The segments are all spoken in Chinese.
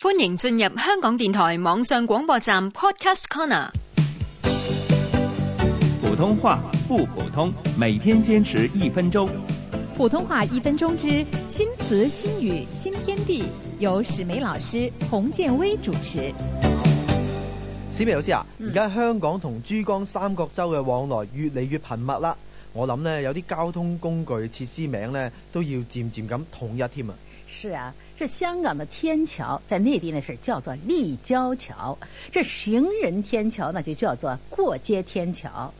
歡迎進入香港電台網上廣播站 Podcast Corner。普通話不普通，每天堅持一分鐘。普通話一分鐘之新詞新語新天地，由史梅老師洪建威主持。史梅老師啊，嗯而家香港同珠江三角洲嘅往來越嚟越頻密啦。我諗呢，有啲交通工具設施名呢，都要漸漸咁統一添啊。是啊，这香港的天桥在内地呢是叫做立交桥，这行人天桥那就叫做过街天桥。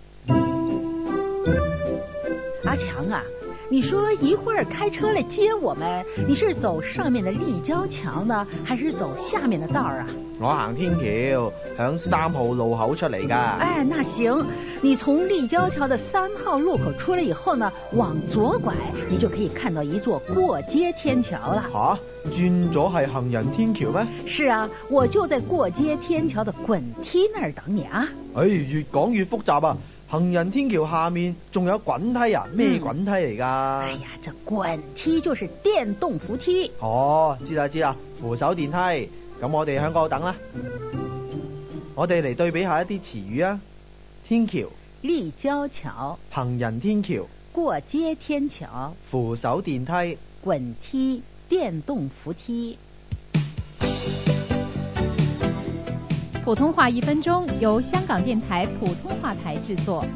阿强啊，你说一会儿开车来接我们，你是走上面的立交桥呢，还是走下面的道儿啊？我行天橋，響三號路口出嚟㗎。哎，那行，你从立交桥的三号路口出来以后呢，往左拐，你就可以看到一座过街天桥了。吓、轉咗係行人天橋咩？是啊，我就在过街天桥的滚梯那儿等你啊。唉，哎越講越複雜啊！行人天橋下面仲有滾梯啊？咩嗯滾梯嚟㗎？哎呀，这滚梯就是电动扶梯。哦，知啦知啦，扶手電梯。咁我哋喺嗰度等啦。我哋嚟對比下一啲詞語啊，天橋、立交桥、行人天橋、过街天桥、扶手電梯。滚梯、电动扶梯。普通话一分鐘由香港電台普通话台製作。